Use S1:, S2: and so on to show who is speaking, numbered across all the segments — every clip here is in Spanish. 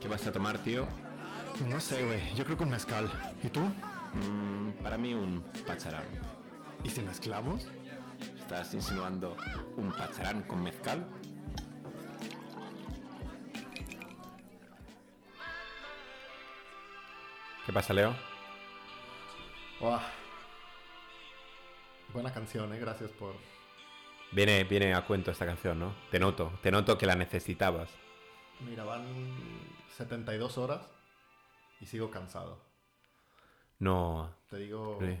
S1: ¿Qué vas a tomar, tío?
S2: Pues No sé, güey. Yo creo que un mezcal. ¿Y tú?
S1: Mm, para mí un pacharán.
S2: ¿Y si mezclamos?
S1: ¿Estás insinuando un pacharán con mezcal? ¿Qué pasa, Leo?
S2: Buah. Buena canción, ¿eh? Gracias por...
S1: Viene, viene a cuento esta canción, ¿no? Te noto, te noto que la necesitabas.
S2: Mira, van 72 horas y sigo cansado.
S1: No.
S2: Te digo,
S1: Sí.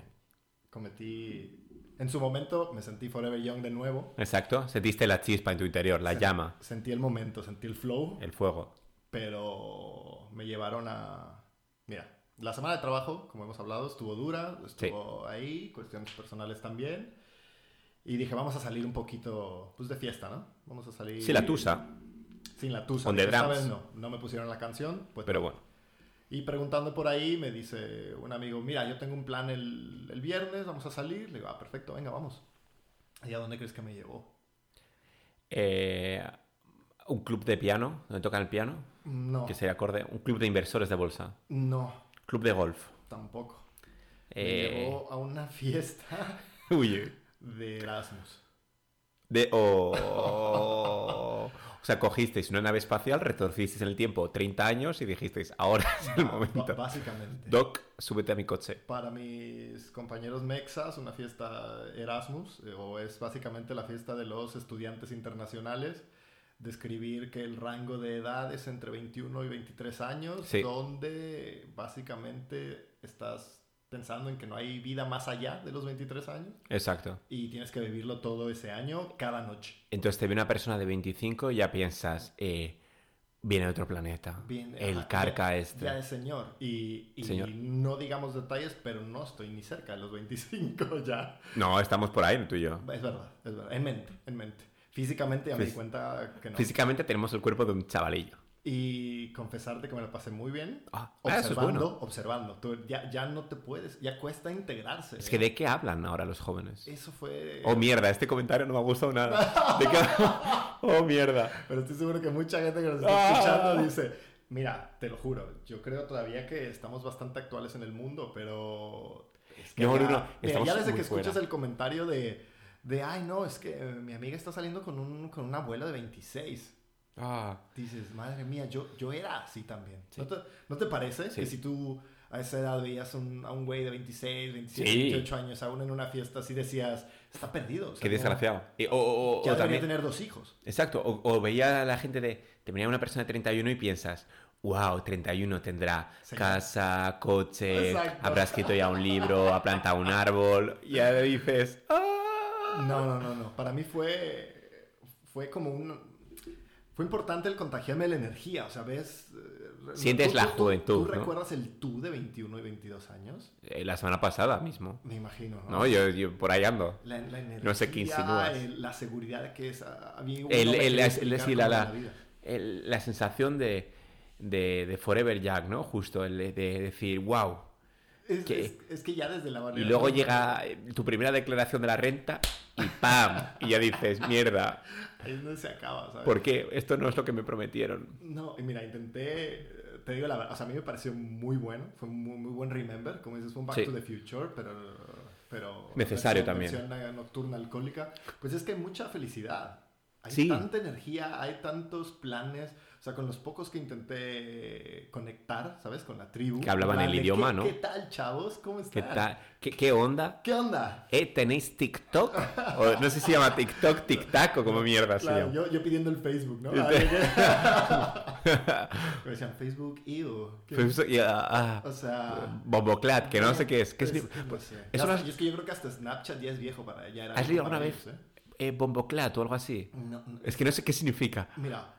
S2: cometí... En su momento me sentí Forever Young de nuevo.
S1: Exacto, sentiste la chispa en tu interior, la
S2: Sen-
S1: llama,
S2: Sentí el momento, sentí el flow,
S1: el fuego.
S2: pero me llevaron a... Mira, la semana de trabajo, como hemos hablado, estuvo dura, estuvo ahí, cuestiones personales también. Y dije, vamos a salir un poquito, pues de fiesta, ¿no? Vamos a salir...
S1: Sí, la tusa,
S2: Sin la tusa.
S1: On the
S2: dije, esta
S1: drums.
S2: vez no, no me pusieron la canción. Pues
S1: pero
S2: no.
S1: bueno.
S2: Y preguntando por ahí, me dice un amigo, mira, yo tengo un plan el, el viernes, vamos a salir. Le digo, ah, perfecto, venga, vamos. ¿Y a dónde crees que me llevó?
S1: Eh, un club de piano, donde tocan el piano,
S2: No,
S1: que sería acorde. Un club de inversores de bolsa,
S2: no,
S1: club de golf.
S2: tampoco. Me
S1: Eh,
S2: llevó a una fiesta
S1: uy,
S2: de Erasmus.
S1: de, oh. o sea, cogisteis una nave espacial, retorcisteis en el tiempo 30 años y dijisteis, ahora es el
S2: Ah, Ba-
S1: momento.
S2: Básicamente.
S1: Doc, súbete a mi coche.
S2: Para mis compañeros mexas, una fiesta Erasmus, eh, o es básicamente la fiesta de los estudiantes internacionales, describir que el rango de edad es entre 21 y 23 años,
S1: Sí.
S2: donde básicamente estás pensando en que no hay vida más allá de los 23 años
S1: Exacto.
S2: y tienes que vivirlo todo ese año, cada noche.
S1: Entonces te ve una persona de 25 y ya piensas, eh, viene de otro planeta.
S2: Bien,
S1: el
S2: ajá,
S1: carca
S2: ya-
S1: este.
S2: Ya es señor. Y, y
S1: Señor.
S2: no digamos detalles, pero no estoy ni cerca de los 25 ya.
S1: No, estamos por ahí, tú y yo.
S2: Es verdad, es verdad. En mente, en mente. Físicamente ya me di
S1: Fis-
S2: cuenta que no.
S1: Físicamente tenemos el cuerpo de un chavalillo.
S2: Y confesarte que me la pasé muy bien.
S1: Ah, ah, eso es
S2: Observando,
S1: bueno.
S2: observando. Tú ya, ya no te puedes, ya cuesta integrarse.
S1: Es que
S2: ¿eh?
S1: de qué hablan ahora los jóvenes.
S2: Eso fue...
S1: Oh mierda, este comentario no me ha gustado nada. ¿De qué... Oh mierda.
S2: Pero estoy seguro que mucha gente que nos
S1: Ah.
S2: está escuchando dice... Mira, te lo juro, yo creo todavía que estamos bastante actuales en el mundo, pero... Es que
S1: No,
S2: ya,
S1: no, no,
S2: mira,
S1: estamos
S2: ya desde
S1: muy
S2: que escuchas
S1: fuera.
S2: el comentario de, de... Ay, no, es que eh, mi amiga está saliendo con, un, con una abuela de 26.
S1: Ah,
S2: dices, madre mía, yo, yo era así también.
S1: Sí.
S2: ¿No, te, no te parece
S1: Sí.
S2: que si tú a esa edad veías un- a un güey de 26, 27,
S1: Sí.
S2: 28 años aún en una fiesta, así decías, está perdido? o sea,
S1: qué
S2: no-
S1: desgraciado. Y- o- o- o-
S2: Ya
S1: o
S2: debería
S1: también-
S2: tener dos hijos.
S1: Exacto, o, o veía a la gente de... Te venía una persona de 31 y piensas... Wow, 31 tendrá
S2: Sí.
S1: casa, coche,
S2: Exacto.
S1: habrá escrito ya un libro, ha plantado un árbol. Y ahora dices... "Ah".
S2: No, no, no, no. Para mí fue, fue como un... Fue importante el contagiarme de la energía, o sea, ves... eh,
S1: Sientes la
S2: tú-
S1: juventud,
S2: ¿Tú
S1: ¿no?
S2: recuerdas el tú de 21 y 22 años?
S1: Eh, La semana pasada mismo.
S2: Me imagino, ¿no?
S1: No, yo, yo por ahí ando.
S2: La, la energía,
S1: No sé qué insinúas.
S2: el- la seguridad que es... ah, a- a mí uno
S1: El-
S2: me
S1: el-
S2: quiere
S1: es- es
S2: explicar
S1: decir,
S2: cómo
S1: la-
S2: es
S1: la-
S2: vida.
S1: el- la sensación de, de, de Forever Jack, ¿no? Justo, el de, de decir, wow.
S2: Es
S1: que-
S2: que, es, es que ya desde la
S1: Y
S2: barrera.
S1: luego llega eh, tu primera declaración de la renta y ¡pam! Y ya dices, mierda,
S2: Ahí es donde se acaba, ¿sabes?
S1: ¿por qué? Esto no es lo que me prometieron.
S2: No, y mira, intenté. eh, Te digo la verdad. O sea, a mí me pareció muy bueno. Fue un muy, muy buen Remember. Como dices, fue un Back
S1: Sí.
S2: to the Future, pero. pero
S1: Necesario
S2: versión-
S1: también.
S2: versión nocturna alcohólica. Pues es que hay mucha felicidad. Hay
S1: Sí.
S2: tanta energía, hay tantos planes. O sea, con los pocos que intenté conectar, ¿sabes? Con la tribu.
S1: Que hablaban
S2: en plan
S1: el
S2: de,
S1: idioma,
S2: "¿Qué-
S1: ¿no?
S2: ¿Qué tal, chavos? ¿Cómo están?
S1: ¿Qué, tal? ¿Qué, qué onda?
S2: ¿Qué onda?
S1: ¿Eh, ¿Tenéis TikTok? O no sé si se llama TikTok, TikTok o como mierda se
S2: Claro,
S1: llama.
S2: yo, yo pidiendo el Facebook, ¿no?
S1: Y te-
S2: Ah, ¿de qué? Me decían Facebook, ew. ¿Qué?
S1: Pues, y, ah,
S2: O
S1: ah,
S2: sea...
S1: Bomboclat, que no sé qué es. ¿Qué es,
S2: no sé.
S1: es
S2: Ya
S1: una-
S2: hasta- y es que yo creo que hasta Snapchat ya es viejo para ella. Era
S1: ¿Has
S2: viejo
S1: leído
S2: para
S1: alguna
S2: ellos,
S1: vez
S2: ¿eh?
S1: eh, Bomboclat o algo así?
S2: No, no,
S1: Es que no sé qué significa.
S2: Mira,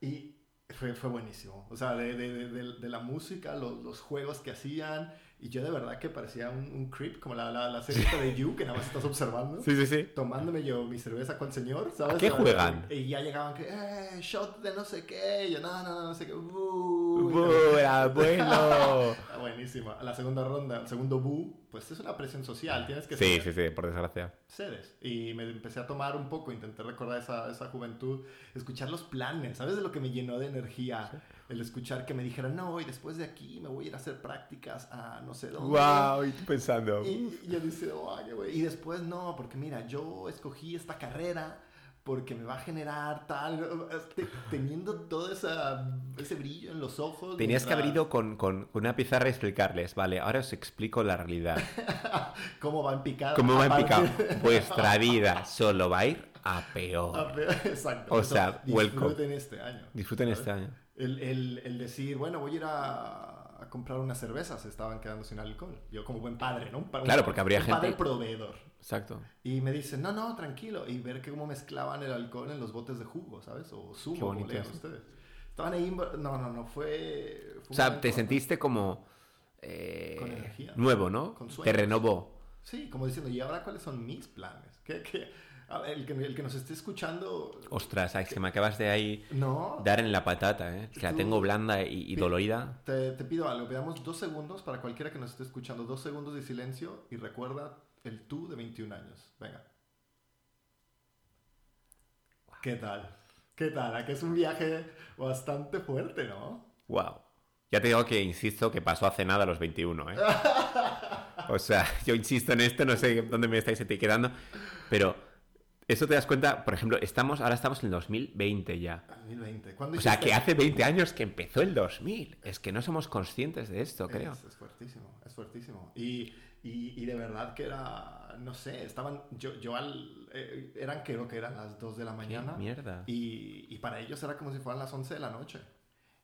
S2: y fue, fue buenísimo. O sea, de, de- de- de- de la música, lo- los, juegos que hacían. Y yo de verdad que parecía un, un creep, como la, la, la serie esta de You, que nada más estás observando.
S1: Sí, sí, sí.
S2: tomándome yo mi cerveza con el señor, ¿sabes?
S1: ¿A qué juegan?
S2: Y ya llegaban que, eh, shot de no sé qué, y yo, no, no, no, no sé qué,
S1: ¡Bu, el abuelo!
S2: Ah, bueno, Buenísima. La segunda ronda, el segundo bu, pues es una presión social, tienes que
S1: Sí,
S2: ser-
S1: sí, sí, por desgracia.
S2: seres. Y me empecé a tomar un poco, intenté recordar esa, esa juventud, escuchar los planes, ¿sabes de lo que me llenó de energía? El escuchar que me dijeran, no, y después de aquí me voy a ir a hacer prácticas a no sé dónde.
S1: Wow, y tú pensando.
S2: Y, y yo decía, "Ay, qué güey". Y después, no, porque mira, yo escogí esta carrera porque me va a generar tal, este, teniendo todo esa, ese brillo en los ojos.
S1: Tenías que haber
S2: mientras-
S1: ido con, con- con una pizarra y explicarles, vale, ahora os explico la realidad.
S2: ¿Cómo va en picada?
S1: ¿Cómo va en
S2: Aparte-
S1: picado? Vuestra vida solo va a ir a peor.
S2: Exacto.
S1: O
S2: Eso,
S1: sea, welcome.
S2: Disfruten este año.
S1: Disfruten este
S2: ¿sabes?
S1: año.
S2: El, el- el decir, bueno, voy a ir a, a comprar unas cervezas, estaban quedando sin alcohol. Yo como buen padre, ¿no? Un pa-
S1: Claro,
S2: un-
S1: porque habría
S2: un
S1: gente-
S2: padre proveedor.
S1: Exacto.
S2: Y me dicen, no, no, tranquilo. Y ver que cómo mezclaban el alcohol en los botes de jugo, ¿sabes? O
S1: Qué
S2: zumo, como
S1: bonito
S2: lean
S1: eso.
S2: ustedes. Estaban ahí... invo- No, no, no, fue... fue un
S1: O sea,
S2: momento
S1: te
S2: bastante-
S1: sentiste como eh,
S2: Con energía.
S1: nuevo, ¿no?
S2: Con
S1: te
S2: sueños.
S1: renovó.
S2: Sí, como diciendo, ¿y ahora cuáles son mis planes? ¿Qué, qué? A ver, el, que, el que nos esté escuchando...
S1: Ostras, ay, es que me acabas de ahí
S2: No,
S1: dar en la patata, ¿eh? Que la
S2: Tú-
S1: tengo blanda y, y
S2: Pi-
S1: dolorida.
S2: Te, te pido algo, veamos dos segundos para cualquiera que nos esté escuchando, dos segundos de silencio y recuerda el tú de 21 años. Venga. ¿Qué tal? ¿Qué tal? ¿A que es un viaje bastante fuerte, ¿no?
S1: Wow. Ya te digo que insisto que pasó hace nada a los 21, ¿eh? O sea, yo insisto en esto, no sé dónde me estáis etiquetando, pero eso te das cuenta, por ejemplo, estamos ahora estamos en el 2020 ya.
S2: 2020. ¿Cuándo
S1: O sea,
S2: hiciste-
S1: que hace 20 años que empezó el 2000. Es que no somos conscientes de esto, creo.
S2: Es, es fuertísimo, es fuertísimo. Y, y- y de verdad que era, no sé, estaban, yo, yo al, eh, eran creo que eran las 2 de la
S1: Qué
S2: mañana.
S1: mierda.
S2: Y, y para ellos era como si fueran las 11 de la noche.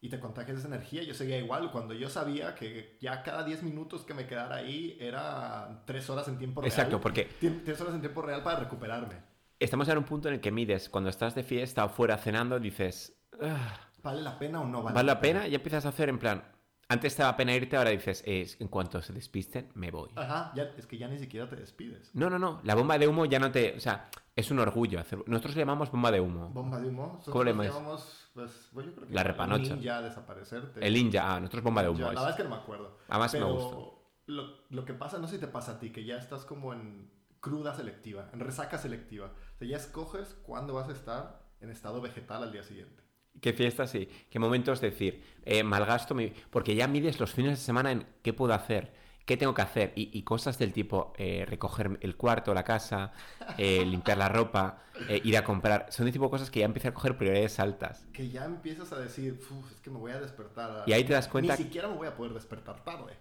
S2: Y te contagias esa energía. Yo seguía igual. Cuando yo sabía que ya cada 10 minutos que me quedara ahí era 3 horas en tiempo real.
S1: Exacto, porque
S2: 3 horas en tiempo real para recuperarme.
S1: estamos en un punto en el que mides, cuando estás de fiesta o fuera cenando, dices, "Ah,
S2: ¿Vale la pena o no vale,
S1: ¿vale la pena? Y empiezas a hacer en plan, antes te daba pena irte, ahora dices, "Es- en cuanto se despisten, me voy.
S2: Ajá, ya- es que ya ni siquiera te despides.
S1: No, no, no, la bomba de humo ya no te... O sea, es un orgullo. hacer- Nosotros le llamamos bomba de humo.
S2: Bomba de humo.
S1: ¿Cómo le llamáis?
S2: llamamos? Pues, bueno, yo creo que
S1: La repanocha.
S2: Ya desaparecerte.
S1: El ninja, ah, nosotros bomba de
S2: Ya,
S1: humo.
S2: la
S1: es.
S2: verdad es que no me acuerdo.
S1: Además me
S2: Pero
S1: gusta.
S2: Lo, lo que pasa, no sé si te pasa a ti, que ya estás como en cruda selectiva, en resaca selectiva. O sea, ya escoges cuándo vas a estar en estado vegetal al día siguiente.
S1: ¿Qué fiestas y qué momentos decir? eh, malgasto mi... Porque ya mides los fines de semana en qué puedo hacer, qué tengo que hacer y, y cosas del tipo eh, recoger el cuarto, la casa, eh, limpiar la ropa, eh, ir a comprar. Son el tipo de cosas que ya empiezan a coger prioridades altas.
S2: Que ya empiezas a decir, "Uf, es que me voy a despertar. a-
S1: Y ahí te das cuenta...
S2: Ni siquiera me voy a poder despertar tarde.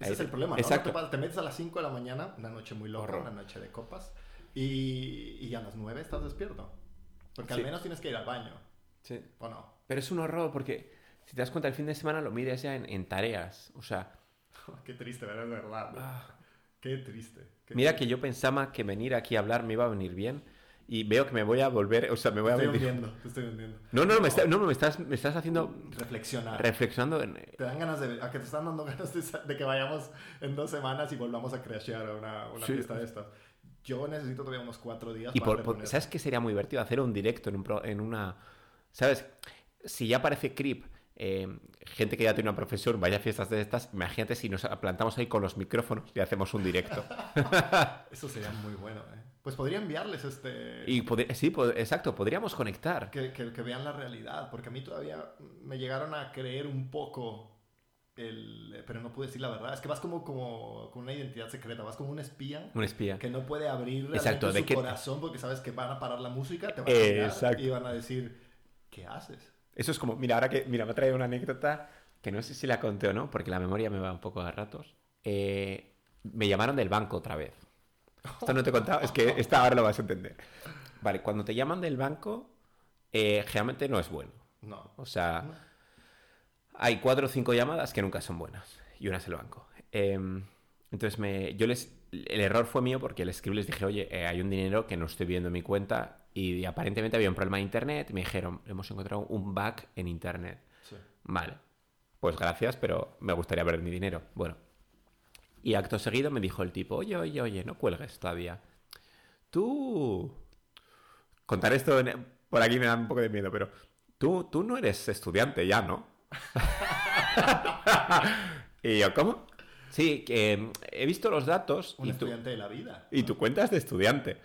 S2: Ese
S1: Ahí
S2: es
S1: te-
S2: el problema. ¿no?
S1: exacto.
S2: No te, pa- te metes a las 5 de la mañana, una noche muy loca,
S1: Horror.
S2: una noche de copas, y, y a las 9 estás despierto. Porque
S1: Sí.
S2: al menos tienes que ir al baño, ¿o no?
S1: Pero es un horror porque si te das cuenta el fin de semana lo mides ya en, en tareas. O sea,
S2: Qué triste, pero es verdad. ¿no? Qué triste. qué
S1: Ah. mira
S2: triste.
S1: que yo pensaba que venir aquí a hablar me iba a venir bien y veo que me voy a volver... O sea, me voy a
S2: Te estoy
S1: venir...
S2: hundiendo, te estoy hundiendo.
S1: No, no, no, me, está- no, no, me estás, me estás haciendo...
S2: Reflexionar.
S1: Reflexionando en,
S2: te dan ganas de... A que te están dando ganas de, sa- de que vayamos en dos semanas y volvamos a crashear a una, una
S1: Sí.
S2: fiesta de estas. Yo necesito todavía unos cuatro días
S1: Y
S2: para
S1: por, por-
S2: reponer.
S1: ¿Sabes qué sería muy divertido? Hacer un directo en, un pro- en una... ¿Sabes? Si ya parece creep, eh, gente que ya tiene una profesión, vaya a fiestas de estas, imagínate si nos plantamos ahí con los micrófonos y hacemos un directo.
S2: Eso sería muy bueno, ¿eh? Pues podría enviarles este...
S1: y pod- sí, pod- exacto, podríamos conectar.
S2: Que, que- que vean la realidad, porque a mí todavía me llegaron a creer un poco, el, pero no pude decir la verdad. Es que vas como, como con una identidad secreta, vas como un espía
S1: Un espía.
S2: que no puede abrir realmente
S1: Exacto, de
S2: su
S1: que-
S2: corazón porque sabes que van a parar la música, te van a
S1: Eh,
S2: mirar
S1: exacto.
S2: y van a decir, ¿qué haces?
S1: Eso es como, mira, ahora que, mira, me ha traído una anécdota que no sé si la conté o no, porque la memoria me va un poco a ratos. Eh, me llamaron del banco otra vez. Esto no te he contado, es que esta ahora lo vas a entender. Vale, cuando te llaman del banco, eh, generalmente no es bueno.
S2: No.
S1: O sea, hay cuatro o cinco llamadas que nunca son buenas y una es el banco. Eh, entonces me, yo les, el error fue mío porque les escribí les dije, oye, eh, hay un dinero que no estoy viendo en mi cuenta y aparentemente había un problema de internet. Y me dijeron, hemos encontrado un bug en internet.
S2: Sí.
S1: Vale, pues gracias, pero me gustaría ver mi dinero. Bueno, y acto seguido me dijo el tipo, oye, oye, oye, no cuelgues todavía. Tú... Contar esto en- por aquí me da un poco de miedo, pero tú, tú no eres estudiante ya, ¿no? y yo, ¿cómo? Sí, que eh, he visto los datos
S2: Un
S1: y, tu,
S2: estudiante de la vida.
S1: y tu cuenta es de estudiante.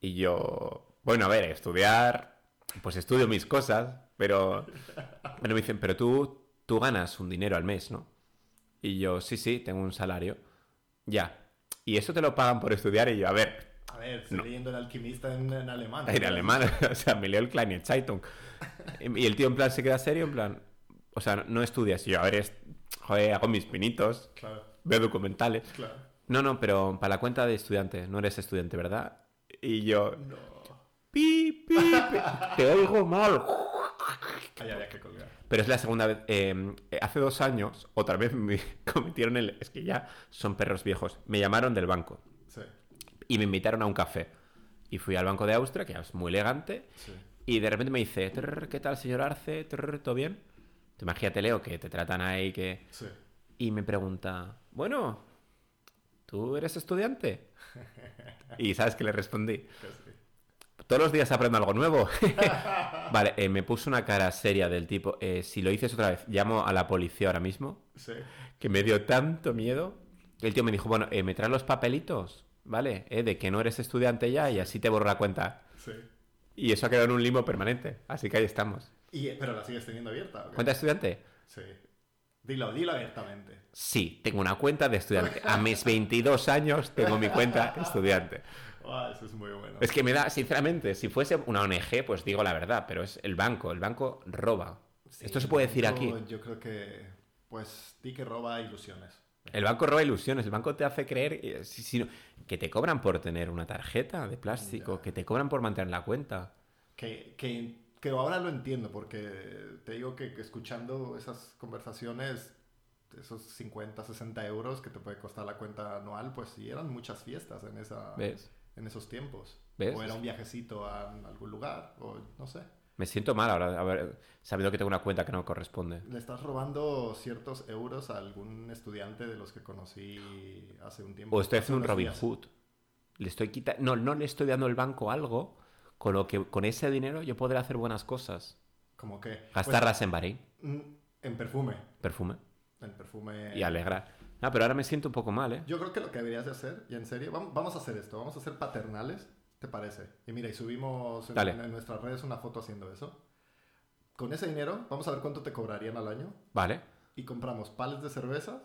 S1: Y yo, bueno, a ver, estudiar, pues estudio mis cosas, pero... Bueno, me dicen, pero tú, tú ganas un dinero al mes, ¿no? Y yo, sí, sí, tengo un salario. Ya. Y eso te lo pagan por estudiar y yo, a ver,
S2: A ver, estoy
S1: No.
S2: leyendo El alquimista en, en alemán.
S1: en alemán, o sea, me leo el Kleine Zeitung. Y el tío en plan se queda serio, en plan, o sea, no estudias. Y yo, a ver, es- joder, hago mis pinitos,
S2: Claro,
S1: veo documentales.
S2: claro.
S1: No, no, pero para la cuenta de estudiante, no eres estudiante, ¿verdad? Y yo,
S2: No.
S1: pi, pi, pi, te oigo mal.
S2: Ahí había que colgar.
S1: Pero es la segunda vez. eh, hace dos años, otra vez me cometieron el. Es que ya son perros viejos. Me llamaron del banco
S2: Sí,
S1: y me invitaron a un café. Y fui al banco de Austria, que es muy elegante.
S2: sí.
S1: Y de repente me dice, "Trrr, ¿qué tal, señor Arce? Trrr, ¿Todo bien? Te imagínate, Leo, que te tratan ahí, que...
S2: Sí.
S1: Y me pregunta, bueno, ¿tú eres estudiante? Y ¿sabes que le respondí?
S2: Casi.
S1: Todos los días aprendo algo nuevo. vale, eh, me puso una cara seria del tipo, "Eh, si lo dices otra vez, llamo a la policía ahora mismo,
S2: Sí.
S1: que me dio tanto miedo. El tío me dijo, bueno, eh, me traes los papelitos, ¿vale? Eh, de que no eres estudiante ya y así te borro la cuenta.
S2: Sí.
S1: Y eso ha quedado en un limbo permanente, así que ahí estamos.
S2: Y, pero la sigues teniendo abierta. ¿o qué?
S1: ¿Cuenta de estudiante?
S2: Sí. Dilo, dilo abiertamente.
S1: Sí, tengo una cuenta de estudiante. A mis 22 años tengo mi cuenta de estudiante.
S2: Ah, eso es muy bueno.
S1: Es que me da, sinceramente, si fuese una ONG, pues digo la verdad, pero es el banco. El banco roba.
S2: Sí,
S1: Esto se puede decir
S2: yo-
S1: aquí.
S2: Yo creo que, pues, di que roba ilusiones.
S1: El banco roba ilusiones. El banco te hace creer eh, si- si no- que te cobran por tener una tarjeta de plástico,
S2: Ya.
S1: que te cobran por mantener la cuenta.
S2: Que, que, que ahora lo entiendo, porque te digo que, que escuchando esas conversaciones, esos 50, 60 euros que te puede costar la cuenta anual, pues sí, eran muchas fiestas en, esa,
S1: ¿Ves?
S2: en esos tiempos.
S1: ¿Ves?
S2: O era un viajecito a algún lugar, o no sé.
S1: Me siento mal ahora, a ver, sabiendo que tengo una cuenta que no corresponde.
S2: Le estás robando ciertos euros a algún estudiante de los que conocí hace un tiempo.
S1: O estoy haciendo un
S2: unos
S1: Robin
S2: días.
S1: Hood. Le estoy quitando. No, no le estoy dando al banco algo con lo que con ese dinero yo podré hacer buenas cosas.
S2: Como que...
S1: Gastarlas en Bahrein,
S2: pues, mm, en perfume.
S1: perfume,
S2: En perfume...
S1: y alegrar. Ah, pero ahora me siento un poco mal, ¿eh?
S2: Yo creo que lo que deberías de hacer, y en serio, vam- vamos a hacer esto, vamos a ser paternales, ¿te parece? Y mira, y subimos en,
S1: Dale.
S2: en nuestras redes una foto haciendo eso. Con ese dinero, vamos a ver cuánto te cobrarían al año,
S1: Vale.
S2: y compramos pales de cerveza,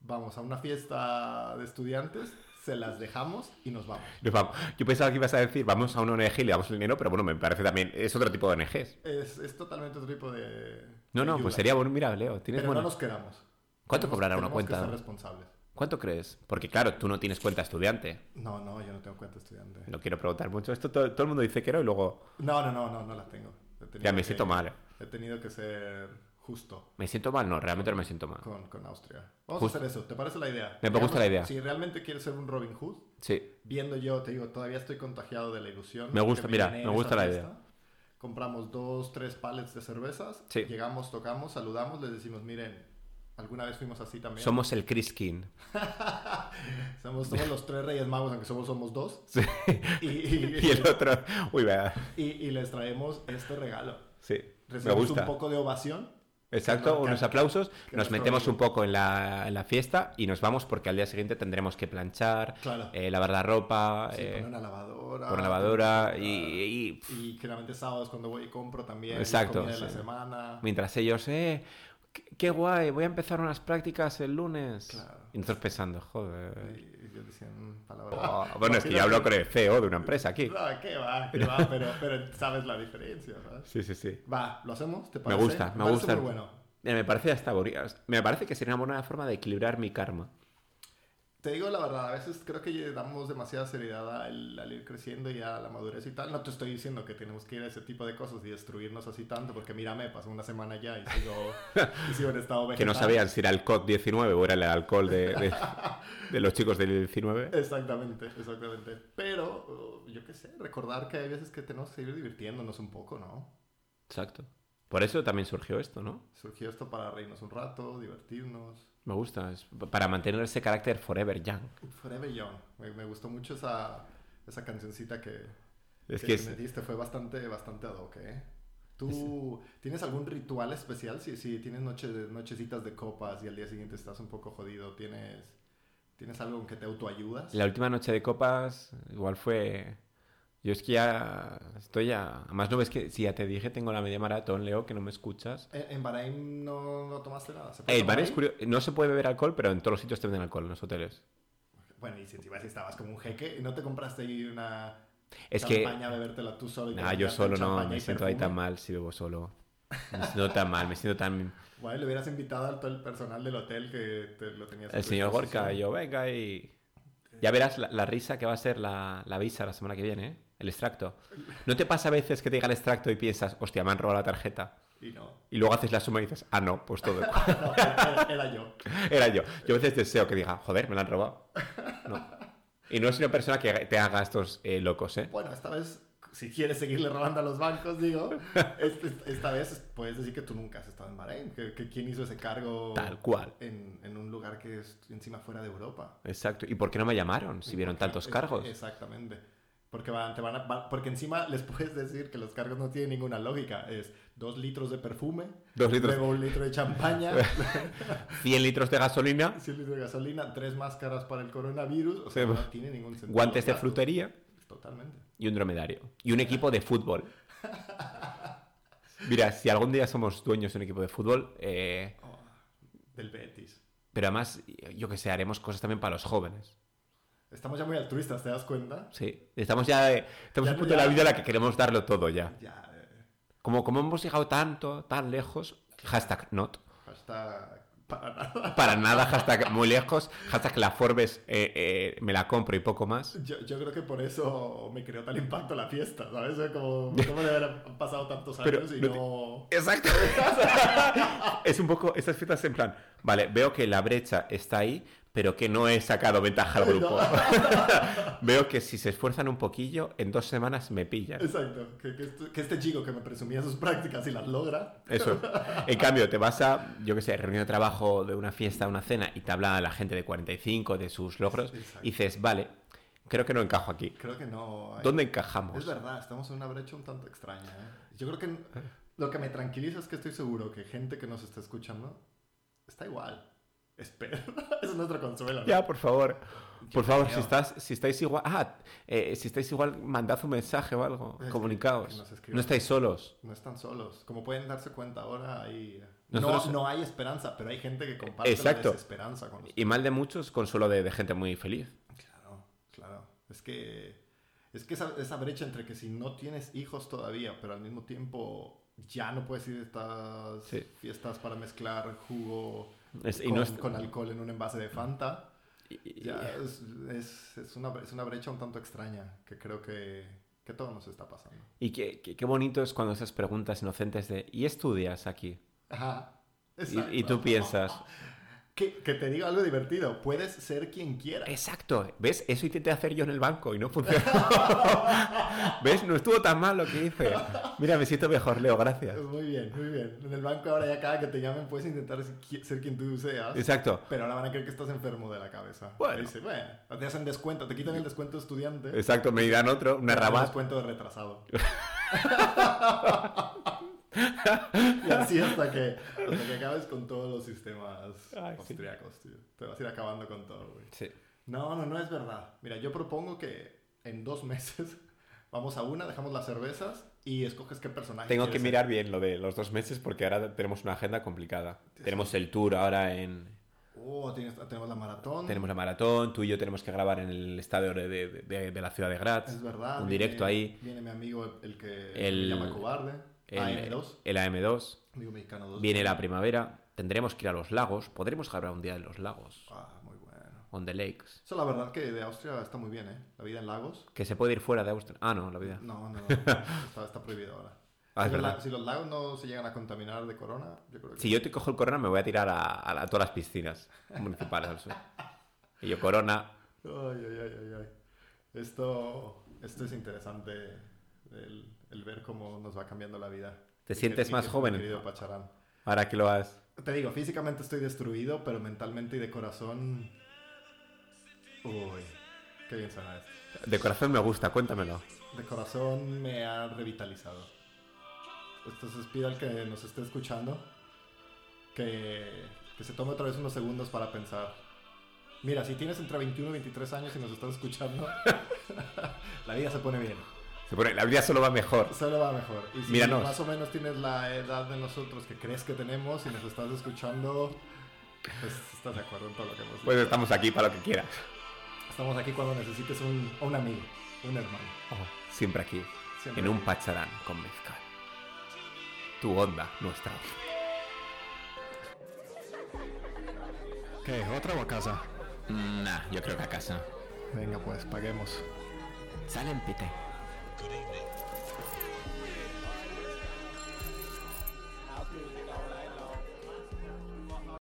S2: vamos a una fiesta de estudiantes, se las dejamos y nos vamos.
S1: Nos vamos. Yo pensaba que ibas a decir, vamos a una ONG y le damos el dinero, pero bueno, me parece también. Es otro tipo de ONGs.
S2: Es, es totalmente otro tipo de...
S1: No,
S2: de
S1: no,
S2: ayuda.
S1: pues sería bueno. Mira, Leo, tienes
S2: Pero
S1: buena-
S2: no nos quedamos.
S1: ¿Cuánto cobrará una
S2: tenemos que ser
S1: cuenta?
S2: responsables.
S1: ¿Cuánto crees? Porque claro, tú no tienes cuenta estudiante.
S2: No, no, yo no tengo cuenta estudiante.
S1: No quiero preguntar mucho. Esto todo, todo el mundo dice que no y luego
S2: No, no, no, no, no las tengo. He tenido
S1: ya me
S2: que-
S1: siento mal.
S2: He tenido que ser justo.
S1: Me siento mal, no, realmente no me siento mal.
S2: con, con Austria. Vamos
S1: Justo.
S2: a hacer eso. ¿Te parece la idea?
S1: Me gusta la idea.
S2: Si realmente quieres ser un Robin Hood,
S1: Sí.
S2: viendo yo, te digo, todavía estoy contagiado de la ilusión.
S1: Me gusta,
S2: que
S1: mira,
S2: llené
S1: me
S2: en
S1: gusta
S2: esa
S1: la
S2: fiesta. Compramos dos, tres palets de cervezas.
S1: Sí.
S2: Llegamos, tocamos, saludamos, les decimos, miren, alguna vez fuimos así también.
S1: Somos el Chris King.
S2: somos, somos los tres Reyes Magos, aunque somos, somos dos.
S1: Sí.
S2: Y, y-
S1: Y el otro. Uy, vaya.
S2: y- y les traemos este regalo.
S1: Sí. Me
S2: Recibimos
S1: gusta.
S2: un poco de ovación.
S1: Exacto,
S2: que-
S1: unos aplausos.
S2: que
S1: Nos
S2: nuestro-
S1: metemos un poco en la, en la fiesta y nos vamos porque al día siguiente tendremos que planchar,
S2: Claro.
S1: eh, lavar la ropa,
S2: Sí,
S1: eh,
S2: poner una lavadora.
S1: poner lavadora y,
S2: y...
S1: y-
S2: Y generalmente sábados cuando voy y compro también.
S1: Exacto,
S2: La comida de la
S1: sí.
S2: semana.
S1: mientras ellos, eh, qué, qué guay, voy a empezar unas prácticas el lunes.
S2: Claro.
S1: Y nosotros pensando, joder.
S2: Y yo decía, "Mm, palabra".
S1: Oh, bueno, es que yo hablo con el CEO de una empresa aquí.
S2: No, qué va, qué va, pero, pero sabes la diferencia, ¿sabes?
S1: Sí, sí, sí.
S2: Va, ¿lo hacemos? ¿Te
S1: Me
S2: parece?
S1: gusta, me
S2: parece
S1: gusta.
S2: muy bueno.
S1: Mira, Eh, Me parece hasta boni- Me parece que sería una buena forma de equilibrar mi karma.
S2: Te digo la verdad, a veces creo que le damos demasiada seriedad al, al ir creciendo y a la madurez y tal. No te estoy diciendo que tenemos que ir a ese tipo de cosas y destruirnos así tanto, porque mírame, pasó una semana ya y sigo, y sigo en estado
S1: Que no
S2: vegetal.
S1: sabían si era el COD 19 o era el alcohol de, de- de los chicos del 19.
S2: Exactamente, exactamente. Pero, uh, yo qué sé, recordar que hay veces que tenemos que ir divirtiéndonos un poco, ¿no?
S1: Exacto. Por eso también surgió esto, ¿no?
S2: Surgió esto para reírnos un rato, divertirnos.
S1: Me gusta. es para mantener ese carácter forever young.
S2: Forever Young. Me, me gustó mucho esa, esa cancioncita que,
S1: Es
S2: que
S1: que es-
S2: me diste. Fue bastante, bastante ad hoc, ¿eh? ¿Tú tienes algún ritual especial? Si, si tienes noche de- nochecitas de copas y al día siguiente estás un poco jodido, ¿tienes, ¿tienes algo en que te autoayudas?
S1: La última noche de copas igual fue... Yo es que ya estoy ya... Además, no ves que si ya te dije, tengo la media maratón, Leo, que no me escuchas.
S2: Eh, ¿En, en Bahrein no, no tomaste nada? ¿Se puede
S1: El bar
S2: tomar
S1: es
S2: ahí?
S1: curio- No se puede beber alcohol, pero en todos los sitios te venden alcohol, en los hoteles.
S2: Bueno, y si encima si estabas como un jeque, ¿no te compraste ahí una
S1: Es que...
S2: champaña, bebértela tú solo? y te
S1: Nah, yo
S2: cambiaste
S1: solo no,
S2: champaña
S1: me
S2: y
S1: siento ahí
S2: perfume?
S1: tan mal si bebo solo. Me siento tan mal, me siento tan...
S2: Bueno, le hubieras invitado al pel- personal del hotel que te lo tenías. a
S1: El
S2: tu
S1: señor Gorka,
S2: disposición.
S1: yo, venga y... Ya verás la, la risa que va a ser la, la visa la semana que viene, ¿eh? El extracto. ¿No te pasa a veces que te llega el extracto y piensas, hostia, me han robado la tarjeta?
S2: Y no.
S1: Y luego haces la suma y dices, ah, no, pues todo.
S2: No, era, era yo.
S1: Era yo. Yo a veces deseo que diga, joder, me la han robado. No. Y no es una persona que te haga estos eh, locos, ¿eh?
S2: Bueno, esta vez, si quieres seguirle robando a los bancos, digo, es- es- esta vez puedes decir que tú nunca has estado en Bahrein, que, que quién hizo ese cargo
S1: Tal cual.
S2: en, en un lugar que es encima fuera de Europa.
S1: Exacto. ¿Y por qué no me llamaron si vieron tantos
S2: Es-
S1: cargos?
S2: Exactamente. Porque, van, te van a- va- porque encima les puedes decir que los cargos no tienen ninguna lógica. Es dos litros de perfume,
S1: Dos litros,
S2: luego un litro de champaña,
S1: 100 litros de gasolina,
S2: 100 litros de gasolina, tres máscaras para el coronavirus. O sea,
S1: Sí.
S2: no tiene ningún sentido.
S1: guantes de
S2: Gastos.
S1: frutería
S2: Totalmente.
S1: y un dromedario. Y un equipo de fútbol. Mira, si algún día somos dueños de un equipo de fútbol, eh,
S2: Oh, del Betis.
S1: pero además, yo que sé, haremos cosas también para los jóvenes.
S2: Estamos ya muy altruistas, ¿te das cuenta?
S1: Sí, estamos ya, eh, estamos
S2: Ya,
S1: en un punto
S2: ya.
S1: de la vida en la que queremos darlo todo ya.
S2: Ya, eh,
S1: Como, como hemos llegado tanto, tan lejos, hashtag not.
S2: hashtag para nada.
S1: Para nada, hashtag muy lejos, hashtag la Forbes eh, eh, me la compro y poco más.
S2: Yo, yo creo que por eso me creó tal impacto la fiesta, ¿sabes? Fue Como, ¿cómo de haber han pasado tantos
S1: Pero
S2: años y
S1: no te-
S2: no...
S1: Exacto. es un poco, estas fiestas en plan, vale, veo que la brecha está ahí, pero que no he sacado ventaja al grupo. veo que si se esfuerzan un poquillo, en dos semanas me pillan.
S2: Exacto, que, que este, que este chico que me presumía sus prácticas y las logra,
S1: Eso. En cambio, te vas a, yo qué sé, reunión de trabajo de una fiesta, una cena, y te habla la gente de 45, de sus logros,
S2: Exacto.
S1: y dices, vale, creo que no encajo aquí.
S2: creo que no... hay-
S1: ¿Dónde
S2: Es
S1: encajamos?
S2: verdad, estamos en una brecha un tanto extraña. ¿eh? Yo creo que n- lo que me tranquiliza es que estoy seguro que gente que nos está escuchando está igual. Espero. Eso es nuestro consuelo. ¿no?
S1: Ya, por favor. Por favor,
S2: creo.
S1: si, estás, si estáis igual. Ah, eh, si estáis igual, mandad un mensaje o algo.
S2: Es que- que
S1: Comunicaos.
S2: nos escriban.
S1: No estáis solos.
S2: No están solos. Como pueden darse cuenta ahora, hay... no,
S1: Nosotros-
S2: no hay esperanza, pero hay gente que comparte
S1: Exacto.
S2: la desesperanza con nosotros.
S1: Y mal de muchos, consuelo de, de gente muy feliz.
S2: Claro, claro. Es que, es que esa, esa brecha entre que si no tienes hijos todavía, pero al mismo tiempo ya no puedes ir a estas
S1: Sí.
S2: fiestas para mezclar jugo
S1: Es- y
S2: con,
S1: no es-
S2: con alcohol en un envase de Fanta,
S1: y- y-
S2: ya es, es- es una, es una brecha un tanto extraña que creo que, que todo nos está pasando.
S1: Y qué, qué- qué bonito es cuando esas preguntas inocentes de ¿y estudias aquí?
S2: Ajá.
S1: Y, y tú piensas,
S2: Que, que te digo algo divertido, puedes ser quien quieras.
S1: exacto, ¿ves? Eso intenté hacer yo en el banco y no funcionó. ¿Ves? No estuvo tan mal lo que hice. Mira, me siento mejor, Leo, gracias.
S2: Muy bien, muy bien. En el banco ahora ya cada que te llamen puedes intentar ser qui- ser quien tú seas.
S1: Exacto.
S2: Pero ahora van a creer que estás enfermo de la cabeza.
S1: Bueno.
S2: Te dicen, bueno, te hacen descuento, te quitan el descuento de estudiante.
S1: Exacto, me dirán otro, una
S2: te hacen
S1: rabat.
S2: descuento de retrasado. y así hasta que, hasta que acabes con todos los sistemas
S1: Ay, sí.
S2: austriacos, tío. Te vas a ir acabando con todo, güey.
S1: Sí.
S2: No, no, no es verdad. Mira, yo propongo que en dos meses vamos a una, dejamos las cervezas y escoges qué personaje
S1: Tengo que
S2: quieres ser.
S1: mirar bien lo de los dos meses porque ahora tenemos una agenda complicada. Tenemos el tour ahora en...
S2: Oh, tienes- tenemos la maratón.
S1: Tenemos la maratón, tú y yo tenemos que grabar en el estadio de, de- de- de la ciudad de Graz.
S2: Es verdad.
S1: Un
S2: viene-
S1: directo ahí.
S2: Viene mi amigo el, el que
S1: El-
S2: me llama cobarde.
S1: El,
S2: AM2.
S1: el AM2.
S2: Amigo mexicano 2.
S1: Viene la primavera, tendremos que ir a los lagos, podremos grabar un día en los lagos,
S2: Ah, muy bueno.
S1: on the lakes.
S2: Eso la verdad que de Austria está muy bien, ¿eh? La vida en lagos.
S1: Que se puede ir fuera de Austria. Ah, no, la vida.
S2: No, no, no. está, está prohibido ahora.
S1: Ah,
S2: Si
S1: es
S2: los la-
S1: verdad.
S2: Si los lagos no se llegan a contaminar de corona, yo creo que...
S1: Si yo te cojo el corona, me voy a tirar a, a la- a todas las piscinas municipales al sur. Y yo, corona,
S2: Ay, ay, ay, ay, ay. Esto, esto es interesante, el, el ver cómo nos va cambiando la vida.
S1: ¿Te
S2: Mi
S1: sientes
S2: que- mi
S1: más
S2: que-
S1: joven?
S2: mi Querido Pacharán.
S1: ahora que lo has.
S2: Te digo, físicamente estoy destruido, pero mentalmente y de corazón... Uy, qué bien suena esto.
S1: De corazón me gusta, cuéntamelo.
S2: De corazón me ha revitalizado. Entonces pido al que nos esté escuchando que, que se tome otra vez unos segundos para pensar. Mira, si tienes entre 21 y 23 años y nos estás escuchando, la vida se pone bien.
S1: Se pone- la vida solo va mejor.
S2: Solo va mejor. Y si
S1: Míranos.
S2: más o menos tienes la edad de nosotros que crees que tenemos y nos estás escuchando, pues estás de acuerdo en todo lo que hemos dicho.
S1: Pues estamos aquí para lo que quieras.
S2: Estamos aquí cuando necesites un, un amigo, un hermano.
S1: Siempre aquí,
S2: Siempre.
S1: en un pacharán con mezcal. Tu onda, nuestra onda.
S2: ¿Qué? ¿Otra o a casa?
S1: Nah, yo creo que a casa.
S2: Venga, pues paguemos.
S1: Salen, pite.
S3: Good evening.